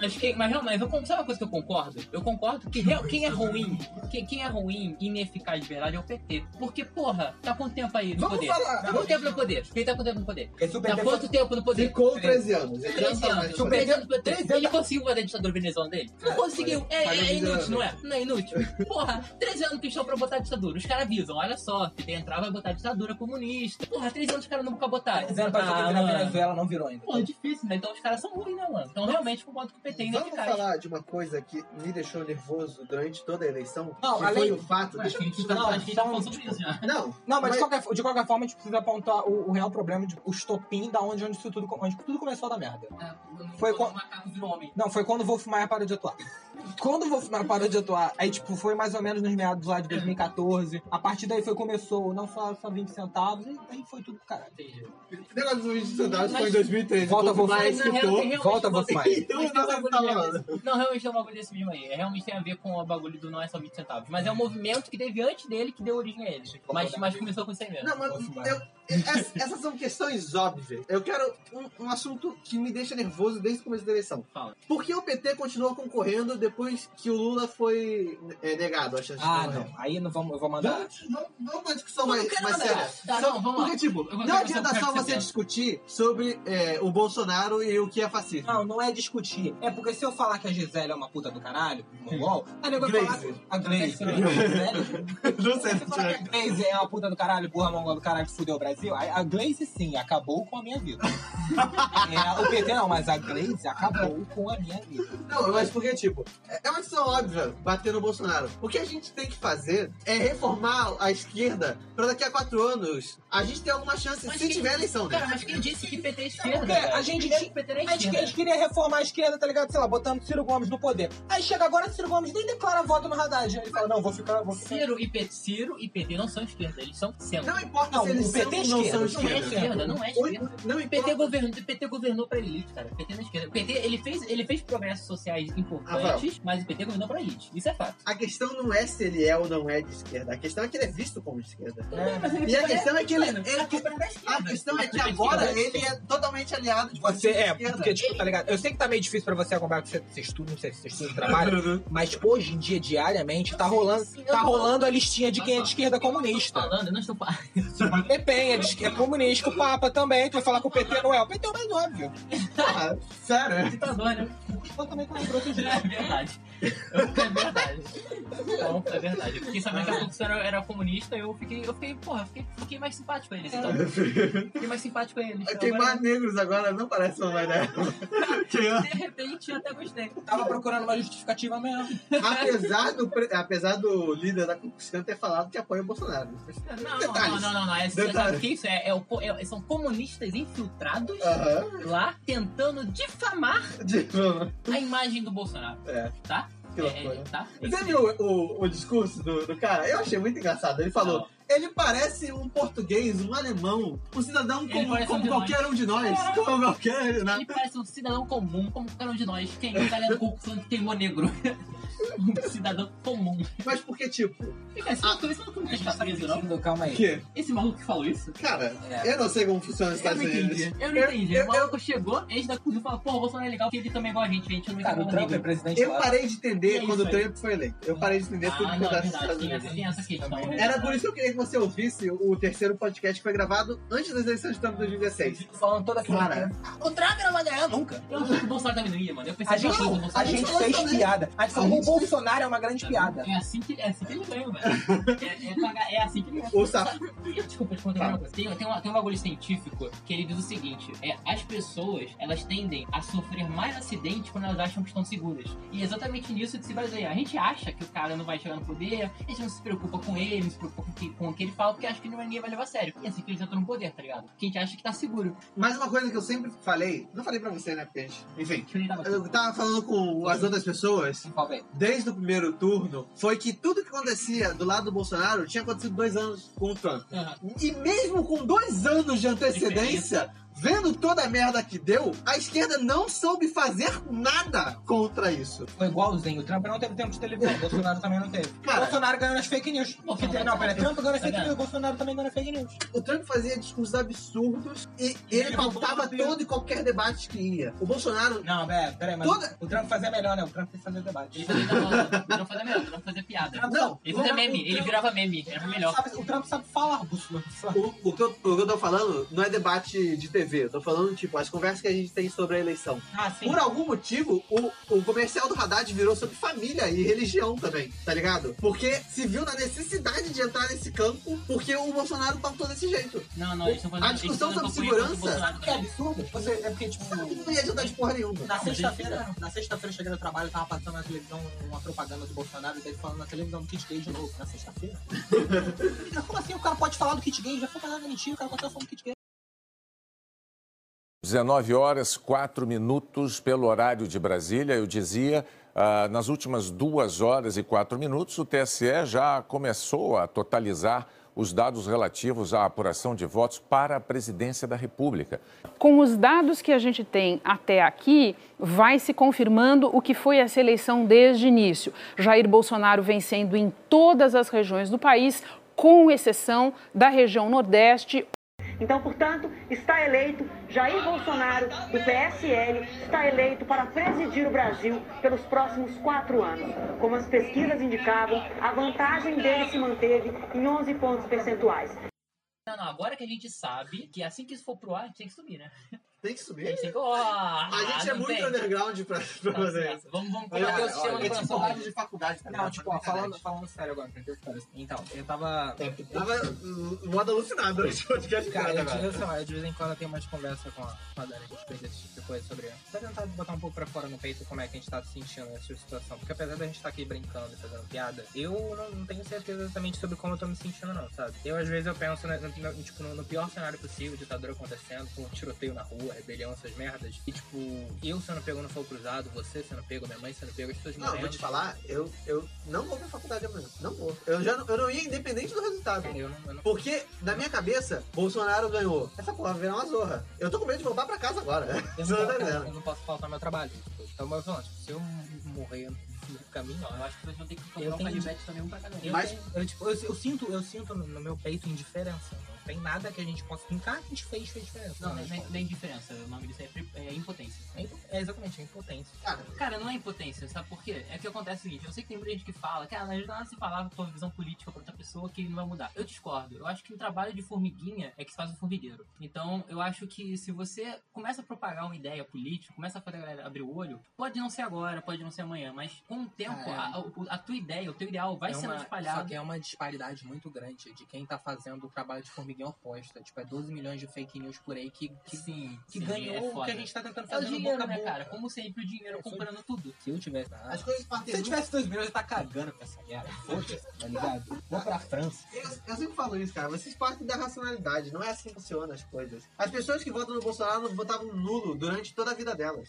mas, quem, mas não, mas eu, con- sabe uma coisa que eu concordo? Eu concordo que real- quem é ruim, quem, quem é ruim, ineficaz de verdade é o PT. Porque, porra, tá quanto tempo aí no Vamos poder? falar. É Tá quanto tempo no poder? Quem tá quanto tempo no poder? Porque se o Tá PT quanto tempo no poder? Ficou 13 anos. Ele já não 13 tá mais anos. no poder. 13 anos do PT. Treze Ele conseguiu fazer a ditadura venezuelana dele? Não conseguiu. É, é, Faz é inútil, venezuelano. não é? Não é inútil. Porra, 13 anos que estão pra botar a ditadura. Os caras avisam, olha só, que tem entrar vai botar a ditadura comunista. Porra, 13 anos os caras nunca botaram. Dizendo pra você que Ah, virar mano. Venezuela não virou ainda. Porra, é difícil, né? Então os caras são ruins, né, mano? Então realmente concordo que o PT ainda é Vamos eficaz. falar de uma coisa que me deixou nervoso durante toda a eleição? Não, que além- foi o fato. Deixa Acho que a eu gente tá Não, acho que a gente tá são- falando sobre isso já. Não, Não, Mas- mas, De, qualquer, de qualquer forma a gente precisa apontar o, o real problema, de, o estopim da onde, onde isso tudo, onde tudo começou da merda. É, Foi quando qual- o macaco virou homem. Não, foi quando o Wolf Maia parou de atuar. quando o Bolsonaro parou de atuar, aí, tipo, foi mais ou menos nos meados lá de 2014. A partir daí foi, começou, não só, só 20 centavos, e aí foi tudo pro caralho. Entendi. O negócio dos 20 centavos foi Mas- em 2013. Volta o povo você. um mais Mas, na real, escutou. tem realmente Volta, uma- Wolfman. Então, Mas tem um nós bagulho tá estamos desse- falando. Não, realmente é um bagulho desse mesmo aí. É, Realmente tem a ver com o bagulho do não é só 20 centavos. Mas é um movimento que teve antes dele que deu origem a ele. Mas, mas começou com 100 mesmo. Não, mas eu- ess- essas são questões óbvias. Eu quero um, um assunto que me deixa nervoso desde o começo da eleição. Fala. Por que o PT continuou concorrendo depois que o Lula foi é, negado a chance de Ah, concorrer? não. Aí não vamos, eu vou mandar. Vamos, vamos, vamos pra discussão mais, quero mais mandar. séria. Só- Tá, não, vamos lá. porque, tipo, Eu vou não dar adianta razão pra só é você você mesmo. discutir sobre é, o Bolsonaro e o que é fascismo. Não, não é discutir. É porque se eu falar que a Gisele é uma puta do caralho, mongol, aí nego vai falar. Glaze. A Glaze. Não Gisele? não sei, Se eu falar que a Glaze é uma puta do caralho, burra mongol do caralho que fudeu o Brasil, aí a Glaze sim, acabou com a minha vida. É, o PT não, mas a Glaze acabou com a minha vida. Não, mas porque, tipo, é é uma decisão óbvia bater no Bolsonaro. O que a gente tem que fazer é reformar a esquerda pra daqui a quatro anos a gente ter alguma chance, Mas se que- tiver eleição, né? Cara, mas quem disse que PT é esquerda? Porque a velho? gente- Primeiro que PT não é A gente, a gente esquerda. queria reformar a esquerda, tá ligado? Sei lá, botando Ciro Gomes no poder. Aí chega agora, Ciro Gomes nem declara voto no Haddad. Ele fala, não, vou ficar, vou ficar. Ciro e, PT, Ciro e PT não são esquerda, eles são centro. Não importa Não, se eles o PT é são ou não são esquerda, Não é esquerda. esquerda, não é Ou- esquerda. Não O PT importa. governou, o PT governou pra elite, cara. O PT não é esquerda. O PT, ele fez, ele fez progressos sociais importantes, mas o PT governou pra elite. Isso é fato. A questão não é se ele é ou não é de esquerda. A questão é que ele é visto como de esquerda. É. E a questão é que ele... Mano, ele- a culpa não é da esquerda. a questão é que agora ele é totalmente aliado de Você é, esquerda. porque, tipo, tá ligado? Eu sei que tá meio difícil pra você acompanhar o que você, você estuda, não sei se você estuda e trabalha, mas tipo, hoje em dia, diariamente, tá rolando, tá rolando a listinha de quem é de esquerda Eu não comunista. tô falando, eu não estou falando. Pepen é, de esquerda, é comunista, o Papa também, tu vai falar que o PT não é. O PT é o mais óbvio. Porra, sério. ditador, né? Eu também tô lembrando outro dia. É verdade. Eu- É verdade. Então, é verdade. Eu fiquei sabendo que a Bolsonaro era comunista e eu fiquei, eu fiquei, porra, fiquei, fiquei mais simpático a eles. Então. Fiquei mais simpático a eles. Queimar Agora, negros agora não parece uma boa ideia. Queimar- de repente, eu até gostei. Tava procurando uma justificativa mesmo. apesar, do, pre- apesar do líder da Constituição ter falado que apoia o Bolsonaro. Não, não, Detalhes. não, não, não, não. É, Detalhes. Ah. sabe o que é isso? É, é o co- é- são comunistas infiltrados Aham. lá tentando difamar Tipo, a imagem do Bolsonaro. É. Tá? que É, loucura. é, tá? Você viu o, o, o discurso do, do cara? Eu achei muito engraçado. Ele falou: Não. ele parece um português, um alemão, um cidadão Ele como, parece um como de qualquer um de nós. Como qualquer. né? Ele parece um cidadão comum, como qualquer um de nós. Quem o cara do Ku Klux Klan queimou negro. um cidadão comum. Mas porque, tipo, Cara, esse maluco, esse maluco não está preso, não? Calma aí. que, Esse maluco que falou isso? cara, É. eu não sei como funciona os Eu não Estados Unidos. entendi. Eu não entendi. eu- O maluco chegou, eles da cozinha e falou, porra, o Bolsonaro é legal porque ele também é igual a gente, a gente não Cara, entende o Trump é nada. presidente Eu lá. parei de É entender isso quando o aí. Trump foi eleito. Eu parei de entender tudo Ah, que não, acontece é nos verdade, Estados tem Unidos. essa, tem essa questão. Também. Era por isso que eu queria que você ouvisse o terceiro podcast que foi gravado antes das eleições de Trump de 2016. Fico falando toda Cara. semana. né? O Trump não vai ganhar nunca. Eu acho que o Bolsonaro também não ia, mano. Eu pensei A gente, que o a Bolsonaro gente falou fez também. piada. A gente falou, o Bolsonaro é uma grande piada. É assim que, é assim que ele ganha, velho. É, é pagar- é assim que ele ganha. O saf... Desculpa, te contar Fala. uma coisa. Tem, tem, uma- tem um bagulho científico que ele diz o seguinte: é, as pessoas elas tendem a sofrer mais acidentes quando elas acham que estão seguras. E é exatamente nisso que se baseia. A gente acha que o cara não vai chegar no poder, a gente não se preocupa com ele, não se preocupa com o que, com o que ele fala, porque acha que ninguém vai levar a sério. E é assim que eles entram no poder, tá ligado? Porque a gente acha que tá seguro. Mas uma coisa que eu sempre falei, não falei pra você, né, Peixe? Enfim, Que ele tava eu tava falando com as outras pessoas Fala aí. desde o primeiro turno, foi que tudo que acontecia do lado do Bolsonaro tinha acontecido dois anos com o Trump. Aham. E mesmo com dois anos de antecedência, vendo toda a merda que deu, a esquerda não soube fazer nada contra isso. Foi igualzinho. O Trump não teve tempo de televisão, o Bolsonaro também não teve. Cara. Bolsonaro ganhou nas fake news. Não, Porque- não, não, pera, Trump ganhou nas tá fake vendo? news, o Bolsonaro também ganhou nas fake news. O Trump fazia discursos absurdos e ele Ele pautava roubou o todo e qualquer debate que ia. O Bolsonaro. Não, pera, peraí, mas Toda- o Trump fazia melhor, né? O Trump tem que fazer o debate. Ele fazia não, não fazia melhor, não fazia piada. Não, Ele fazia meme, ele virava meme, O era Trump melhor. sabe- o Trump sabe falar, Bússola. o, o que eu, o que eu tô falando não é debate de TV. Eu tô falando, tipo, as conversas que a gente tem sobre a eleição. Ah, sim. Por algum motivo, o, o comercial do Haddad virou sobre família e religião também, tá ligado? Porque se viu na necessidade de entrar nesse campo porque o Bolsonaro pautou desse jeito. Não, não, eles estão fazendo A discussão eles tão sobre fazendo campanha contra segurança- o Bolsonaro Sabe o que é também. absurdo? Você, é porque, tipo... Não ia adiantar de porra nenhuma. Na Não, mas sexta-feira, na sexta-feira cheguei no trabalho, tava passando na televisão uma propaganda do Bolsonaro, e daí falando na televisão do kit gay de novo, na sexta-feira. é Como assim o cara pode falar do kit gay? Já foi falando mentira, o cara botou só do kit gay. 19 horas, 4 minutos pelo horário de Brasília. Eu dizia, ah, nas últimas 2 horas e 4 minutos, o TSE já começou a totalizar os dados relativos à apuração de votos para a presidência da República. Com os dados que a gente tem até aqui, vai se confirmando o que foi essa eleição desde o início. Jair Bolsonaro vencendo em todas as regiões do país, com exceção da região Nordeste. Então, portanto, está eleito Jair Bolsonaro, do PSL, está eleito para presidir o Brasil pelos próximos quatro anos. Como as pesquisas indicavam, a vantagem dele se manteve em 11 pontos percentuais. Não, não, agora que a gente sabe que assim que isso for pro ar, a gente tem que subir, né? Tem que A subir. gente tem que. Oh, a A gente é muito underground pra, pra fazer isso. Tá Vamos, vamos Olha, bater o olha, sistema é do tipo coração. rádio de faculdade, tá ligado? Não, tipo, ó, Tá falando, falando sério agora, pra que eu pare. Então, eu tava. Eu Tava hum, modo alucinado nesse podcast Cara, eu, cara, tive- velho. eu, sei lá, eu de vez em quando eu tenho umas conversas com a, com a Dani, a gente fez esse tipo de coisa sobre. Pra tentar botar um pouco pra fora no peito como é que a gente tá se sentindo nessa situação. Porque apesar da gente estar aqui brincando e fazendo piada, eu não, não tenho certeza exatamente sobre como eu tô me sentindo, não, sabe? Eu às vezes eu penso no, no- no- tipo, no, no pior cenário possível, ditadura acontecendo, com um tiroteio na rua, rebelião, essas merdas. E tipo, eu sendo pego no fogo cruzado, você sendo pego, minha mãe sendo pego, as pessoas Não, morrendo. vou te falar, eu, eu não vou pra faculdade amanhã. Não vou. Eu, já, não- eu não ia independente do resultado. Eu não, eu não... Porque, na minha cabeça, Bolsonaro ganhou. Essa porra vai virar uma zorra. Eu tô com medo de voltar pra casa agora. Eu Você não, não tá posso, um, entendendo. eu não posso faltar meu trabalho. Tipo, então, eu falo, tipo, se eu morrer no caminho, Não, eu acho que vocês vão ter que comprar Eu um tenho- canivete também um pra cada um. Eu, Mas- tenho- eu, tipo, eu- eu sinto, eu sinto no, no meu peito indiferença. Não tem nada que a gente possa. Nada que a gente fez fez diferença. Não, né? não Tipo, é indiferença. O nome disso é, pri- é impotência. é impo- é exatamente, é impotência. Cara, Cara, não é impotência, sabe por quê? É que acontece o seguinte, eu sei que tem muita gente que fala, cara, não adianta nada se falar com a visão política pra outra pessoa que não vai mudar. Eu discordo. Eu acho que um trabalho de formiguinha é que se faz um formigueiro. Então, eu acho que se você começa a propagar uma ideia política, começa a fazer a galera abrir o olho, pode não ser agora, pode não ser amanhã, mas com o tempo, Ah, é. a, o- a tua ideia, o teu ideal vai é sendo uma, Só espalhado. que é uma disparidade muito grande de quem tá fazendo o trabalho de formiguinha oposta. Tipo, é 12 milhões de fake news por aí que, que, é sim, que sim, ganhou é o que foda. a gente tá tentando É o fazer no dinheiro, boca a né, boca. cara? Como sempre, o dinheiro É, foi- comprando tudo. Se eu tivesse. as coisas partem se eu muito- tivesse 2 milhões, eu tá cagando pra essa merda. Foda-se, tá ligado? Vou pra França. Eu, eu sempre falo isso, cara. Vocês partem da racionalidade. Não é assim que funcionam as coisas. As pessoas que votam no Bolsonaro votavam nulo durante toda a vida delas.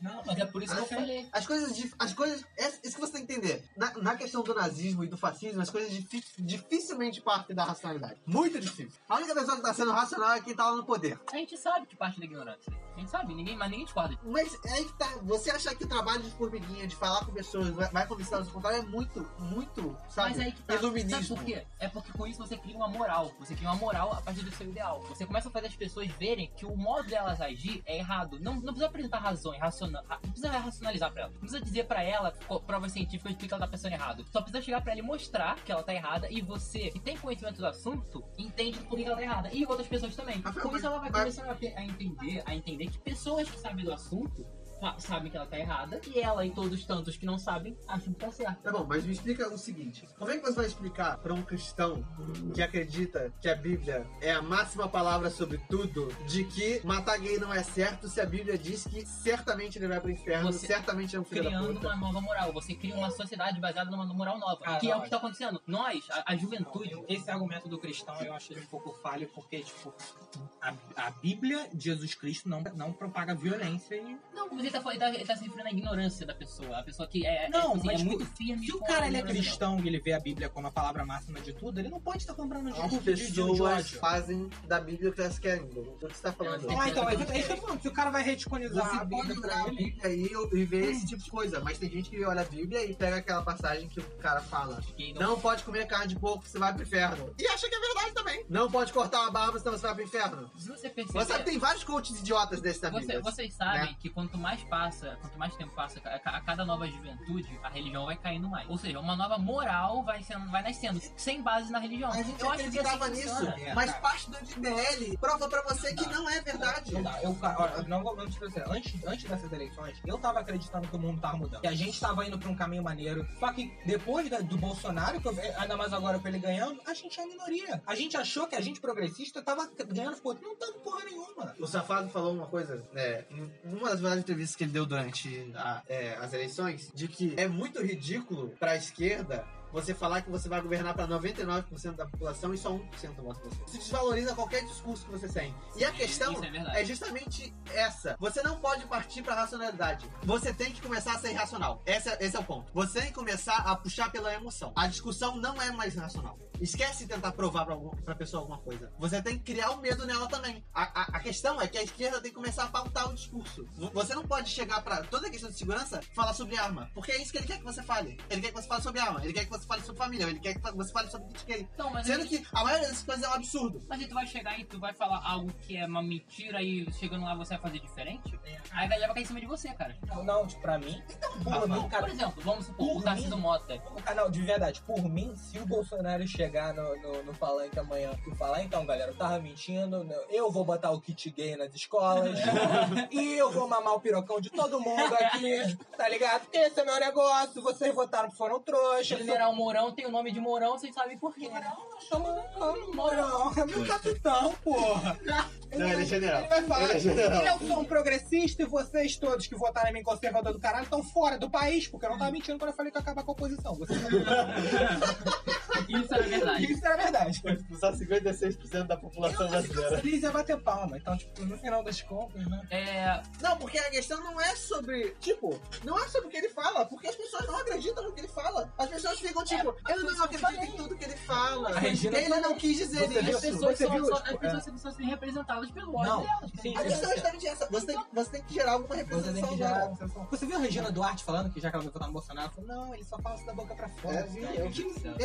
Não, mas é por isso que eu Acho- falei. As coisas. dif- As coisas é isso que você tem que entender. Na, na questão do nazismo e do fascismo, as coisas difi- dificilmente partem da racionalidade. Muito difícil. A única pessoa que tá sendo racional é quem tá lá no poder. A gente sabe que parte da ignorância. A gente sabe, ninguém, mas ninguém discorda. Mas é aí que tá. Você achar que o trabalho de formiguinha, de falar com pessoas, vai, vai conversar os contrários é muito, muito, sabe? Mas aí que tá. Sabe iluminismo. por quê? É porque com isso você cria uma moral. Você cria uma moral a partir do seu ideal. Você começa a fazer as pessoas verem que o modo delas agir é errado. Não, não precisa apresentar razões, raciona- ra- não precisa racionalizar pra ela. Não precisa dizer pra ela co- provas científicas de que ela tá pensando errado. Só precisa chegar pra ela e mostrar que ela tá errada e você, que tem conhecimento do assunto, entende por que ela tá errada. E outras pessoas também. Rafael, Com mas- isso ela vai mas- começando a, ter- a entender, a entender que pessoas que sabem do assunto sa- sabem que ela tá errada e ela e todos os tantos que não sabem acham que tá certa. Tá bom, mas me explica o seguinte: como é que você vai explicar pra um cristão que acredita que a Bíblia é a máxima palavra sobre tudo, de que matar gay não é certo, se a Bíblia diz que certamente ele vai pro inferno, Você- certamente é um filho da criando puta? uma nova moral. Você cria uma sociedade baseada numa moral nova. Ah, que é não, o que é. tá acontecendo. Nós, a, a juventude. Eu- Esse argumento do cristão eu acho ele um pouco falho, porque, tipo, a, a Bíblia, Jesus Cristo, não, não propaga violência. E... Não, mas ele tá, ele, tá, ele tá se referindo à ignorância da pessoa. A pessoa que é, é, Não, assim, mas, é tipo, muito firme. Se o com cara a ele é ignorância cristão e ele vê a Bíblia como a palavra máxima de tudo, ele não pode estar comprando de As culto, de, de, de pessoas ódio. fazem da Bíblia o que elas querem. O que você tá falando? Não, Ah, então, é isso que eu tô falando. Se o cara vai reticonizar a Você Bíblia pode pra olhar a ele, Bíblia e, e ver esse tipo de coisa, mas tem gente que olha a Bíblia e pega aquela passagem que o cara fala. que não- Não pode comer carne de porco, você vai pro inferno. E acha que é verdade também. Não pode cortar a barba, senão você vai pro inferno. Se você perceber. Você né? sabe que tem vários coaches idiotas desses na Você- Bíblia. vocês sabem que quanto mais passa, quanto mais tempo passa, a, ca- a cada nova juventude, a religião vai caindo mais. Ou seja, uma nova moral vai, sendo, vai nascendo, sem base na religião. A gente Eu acho que é assim acreditava que nisso, funciona. É, mas cara. parte do MBL prova pra você que não é verdade. Não dá. Eu, cara, olha, eu não vou antes, de você, antes, antes dessas eleições, eu tava acreditando que o mundo tava mudando. Que a gente tava indo pra um caminho maneiro. Só que depois da- do Bolsonaro, que eu- ainda mais agora com ele ganhando, a gente é a minoria. A gente achou que a gente progressista tava ganhando porra. Não tava porra nenhuma. O Safado falou uma coisa, né, numa das várias entrevistas que ele deu durante a- é, as eleições, de que é muito ridículo pra esquerda você falar que você vai governar para 99% da população e só 1% vota em você. Isso desvaloriza qualquer discurso que você tem. E a questão Isso é verdade. é justamente essa. Você não pode partir pra racionalidade. Você tem que começar a ser irracional. Esse é, esse é o ponto. Você tem que começar a puxar pela emoção. A discussão não é mais racional. Esquece de tentar provar pra, algum- pra pessoa alguma coisa. Você tem que criar o medo nela também. A, a- a questão é que a esquerda tem que começar a pautar o discurso. V- Você não pode chegar pra toda a questão de segurança falar sobre arma. Porque é isso que ele quer que você fale. Ele quer que você fale sobre arma. Ele quer que você fale sobre família. Ele quer que fa- você fale sobre kit gay. Então, mas Sendo aí- que a maioria dessas coisas é um absurdo. Mas aí tu vai chegar e tu vai falar algo que é uma mentira e chegando lá você vai fazer diferente? Aí a galera vai cair em cima de você, cara. Não, não, tipo, pra mim, por mim, Por cara, exemplo, vamos supor, Por o Tarcísio mim? Mota. Ah, não, de verdade, por mim, se o Bolsonaro chegar no, no, no palanque amanhã e falar, então, galera, eu tava mentindo, não, eu vou botar o kit gay nas escolas e eu vou mamar o pirocão de todo mundo aqui, tá ligado? Porque esse é meu negócio, vocês votaram que foram trouxas. General Mourão tem o nome de Mourão, vocês sabem por quê. né? Não, nós estamos no Morão, é meu capitão, porra. Não, ele é general. Ele vai falar, Ele é general. eu sou um progressista e vocês todos que votaram em mim conservador do caralho estão fora do país, porque eu não tava mentindo quando eu falei que ia acabar com a oposição. Vocês Isso é verdade. Isso era verdade. Só 56% da população é brasileira. Lisa bater palma. Então, tipo, no final das contas, né? É, Não, porque a questão não é sobre. Tipo, não é sobre o que ele fala, porque as pessoas não acreditam no que ele fala. As pessoas É, ficam tipo, eu não acredito em tudo que ele fala. A Regina ele não quis dizer Você as viu? isso. pessoas Você são- viu, são- tipo, as pessoas são representadas pelo ódio Não, delas. cara. sim, A sim. questão é justamente essa. Você tem, você tem que gerar alguma Você, tem representação que agora. gerar... Você viu a Regina Duarte falando que já que ela vai votar no Bolsonaro? Ela falou, não, ele só fala isso da boca pra fora. É, vi, eu vi. Eu Eu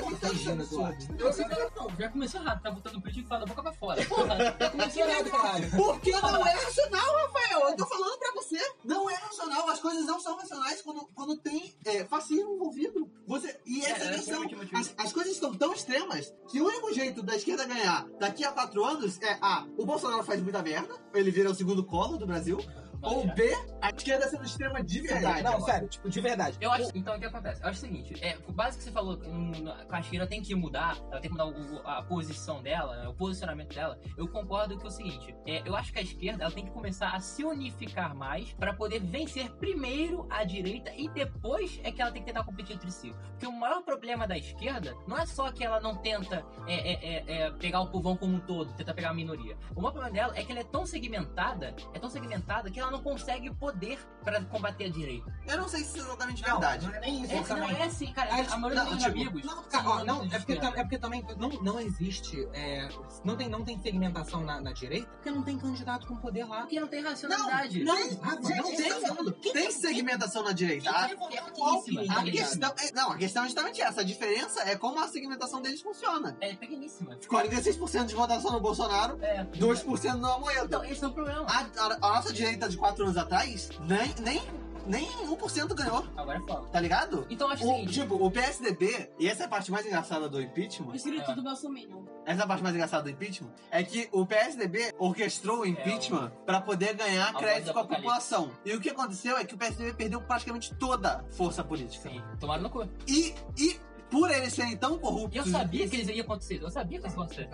vi vi tanto Regina absurdo. Duarte. Eu Você já- não, já começou errado, tá botando o político e fala da boca pra fora. Porra, já começou errado. Caralho, caralho. Porque não é racional, Rafael. Eu tô falando pra você. Não é racional. As coisas não são racionais quando, quando tem é, fascismo envolvido. Você, e essa É, é a é, questão. muito, muito. As, as coisas estão tão extremas que o único jeito da esquerda ganhar daqui a quatro anos é A. O Bolsonaro faz muita merda. Ele vira o segundo colo do Brasil. Ou Maneira. B. A esquerda sendo extrema de verdade. Não, agora. sério, tipo, de verdade. Eu acho, então o que acontece? Eu acho o seguinte, é, o básico que você falou, hum, a Shira tem que mudar, ela tem que mudar o- o- a posição dela, né, o posicionamento dela. Eu concordo que é o seguinte, é, eu acho que a esquerda ela tem que começar a se unificar mais pra poder vencer primeiro a direita e depois é que ela tem que tentar competir entre si. Porque o maior problema da esquerda não é só que ela não tenta é, é, é, é, pegar o povão como um todo, tentar pegar a minoria. O maior problema dela é que ela é tão segmentada, é tão segmentada que ela não consegue o poder pra combater a direita. Eu não sei se isso é exatamente Não, verdade. Não é nem isso, É, não, também. é assim, cara. Aí, tipo, a maioria não, dos meus tipo, amigos. Não, cara, ó, são não, é porque, esquerda. tam- é porque também não, não existe. é, não, tem, não tem segmentação na, na direita, porque não tem candidato com poder lá. Porque não tem racionalidade. Não, Rafa, gente, não, tem, não, não. tem segmentação na direita. tá? A- Tá um pequeníssima. tá A ligado? questão, é- não, a questão é justamente essa. A diferença é como a segmentação deles funciona. É pequeníssima. 46% de votação no Bolsonaro, É. 2% no Amoedo. Então, esse é o problema. A, a- a nossa direita de 4 anos atrás, nem, nem, nem 1% ganhou, Agora é foda. tá ligado? Então, eu acho o O, seguinte. tipo, o PSDB, e essa é a parte mais engraçada do impeachment, Escrito do Bolsonaro. essa é a parte mais engraçada do impeachment, é que o PSDB orquestrou o impeachment pra poder ganhar É um voz crédito do com a apocalipse. população. E o que aconteceu é que o PSDB perdeu praticamente toda a força política. Sim, tomaram no cu. E, e por eles serem tão E corruptos. eu sabia que eles iam acontecer. Eu sabia que isso ia acontecer.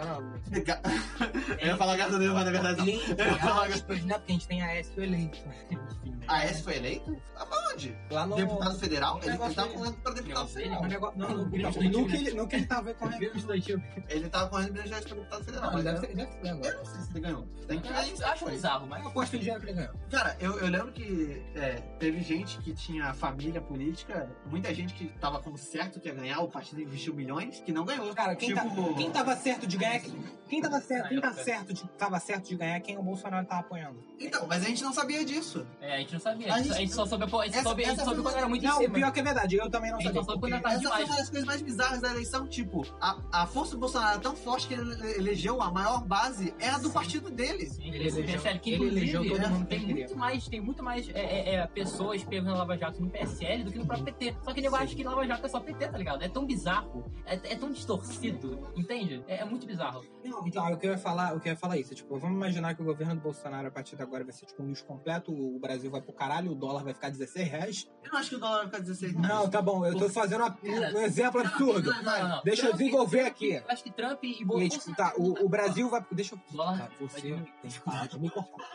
Ga- Eu ia falar graças a Deus, mas na É verdade não. Limpo, Eu ia falar graças- aspas, né? Porque a gente tem a S eleito. Enfim, né? A S foi eleito? Aonde? Lá no. Deputado federal? Ele Negócio tava dele. correndo pra deputado Negócio dele. federal. No negócio, não, no, no, Grilo no, estudantil, que ele- no é que ele tá tava com a Ele tava correndo pra Minas Gerais pra deputado federal. Não, mas mas deve É. eu- ter, deve ter ganho Eu agora. não sei se ele ganhou. Tem que Eu ver acho, isso. eu acho bizarro, mas. Eu aposto em dinheiro que ele ganhou. Cara, eu, eu lembro que é, teve gente que tinha família política, muita gente que tava como certo que ia ganhar, o partido investiu milhões, que não ganhou. Cara, quem, tipo, tá, quem tava certo de ganhar. Quem tava certo, quem tá certo de, tava certo de ganhar, quem é o Bolsonaro tava apoiando. Então, mas a gente não sabia disso. É, a gente não sabia. A A gente, gente- a gente só soube, a gente Essa- soube, a gente essa soube foi- quando era muito Não, em o cima. pior que é verdade, eu também não A gente só sabia. soube quando era porque- tarde Essa foi demais. uma das coisas mais bizarras da eleição, tipo, a, a força do Bolsonaro é tão forte que ele elegeu a maior base, é a do partido dele. Sim, Ele elegeu- PSL, que ele elegeu inclusive, todo mundo que tem ele muito queria. mais, tem muito mais é, é, é, pessoas pegando Lava Jato no PSL do que no próprio PT. Só que nego acha que Lava Jato é só PT, tá ligado? É tão bizarro, é, é tão distorcido, entende? É, é muito bizarro. Não, então, o que eu ia falar, o que eu ia falar é isso, tipo, vamos imaginar que o governo do Bolsonaro a partir de agora vai ser tipo um lixo completo, o Brasil vai pro caralho, o dólar vai ficar 16 reais. Eu não acho que o dólar vai ficar 16 reais. Não, tá bom, eu tô fazendo uma- um exemplo absurdo. Não, não, não. Deixa eu Trump- desenvolver Trump- aqui. Eu acho que Trump e E aí, tá, Bolsonaro. tipo, tá, o, o Brasil vai. Deixa eu. Dólar- Tá, você tem que parar de me cortar.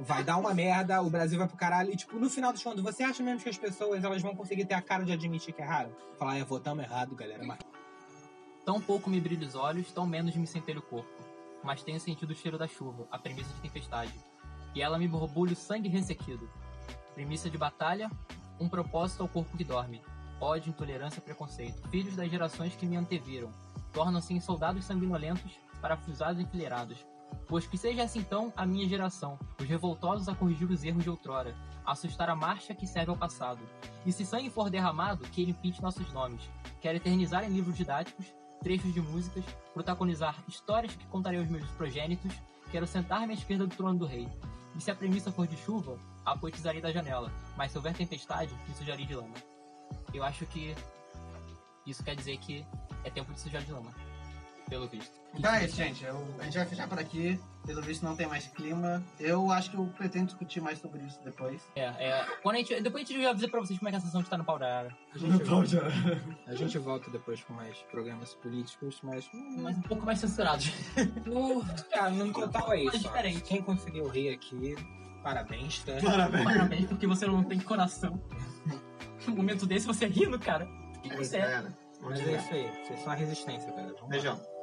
vai dar uma merda, o Brasil vai pro caralho. E, tipo, no final dos contos, você acha mesmo que as pessoas elas vão conseguir ter a cara de admitir que erraram? Falar, é, votamos errado, galera. Mas... Tão pouco me brilha os olhos, tão menos me centelha o corpo. Mas tenho sentido o cheiro da chuva, a premissa de tempestade. E ela me borbulha o sangue ressequido. Premissa de batalha, um propósito ao corpo que dorme. Ódio, intolerância, preconceito. Filhos das gerações que me anteviram. Tornam-se em soldados sanguinolentos, parafusados e enfileirados. Pois que seja essa então a minha geração, os revoltosos a corrigir os erros de outrora, a assustar a marcha que serve ao passado. E se sangue for derramado, que ele pinte nossos nomes. Quero eternizar em livros didáticos, trechos de músicas, protagonizar histórias que contarei aos meus progênitos, quero sentar-me à esquerda do trono do rei. E se a premissa for de chuva, a poetizarei da janela, mas se houver tempestade, me sujarei de lama. Eu acho que isso quer dizer que é tempo de sujar de lama, pelo visto. Então é isso, gente. Eu- a gente vai fechar por aqui. Pelo visto não tem mais clima. Eu acho que eu pretendo discutir mais sobre isso depois. É, é. Quando a gente, depois a gente vai avisar pra vocês como é que a sensação de estar no pau da arara. A gente, a gente volta depois com mais programas políticos, mas. Mas um pouco mais censurado. No, cara, no total é Mas isso. ó. diferente. Quem conseguiu rir aqui, parabéns, tá? Parabéns, porque você não tem coração. Um Num momento desse, você é rindo, cara. O que que você é? É, né? Vamos Mas ver. é isso aí. Vocês são a resistência, cara. Vamos lá. Beijão.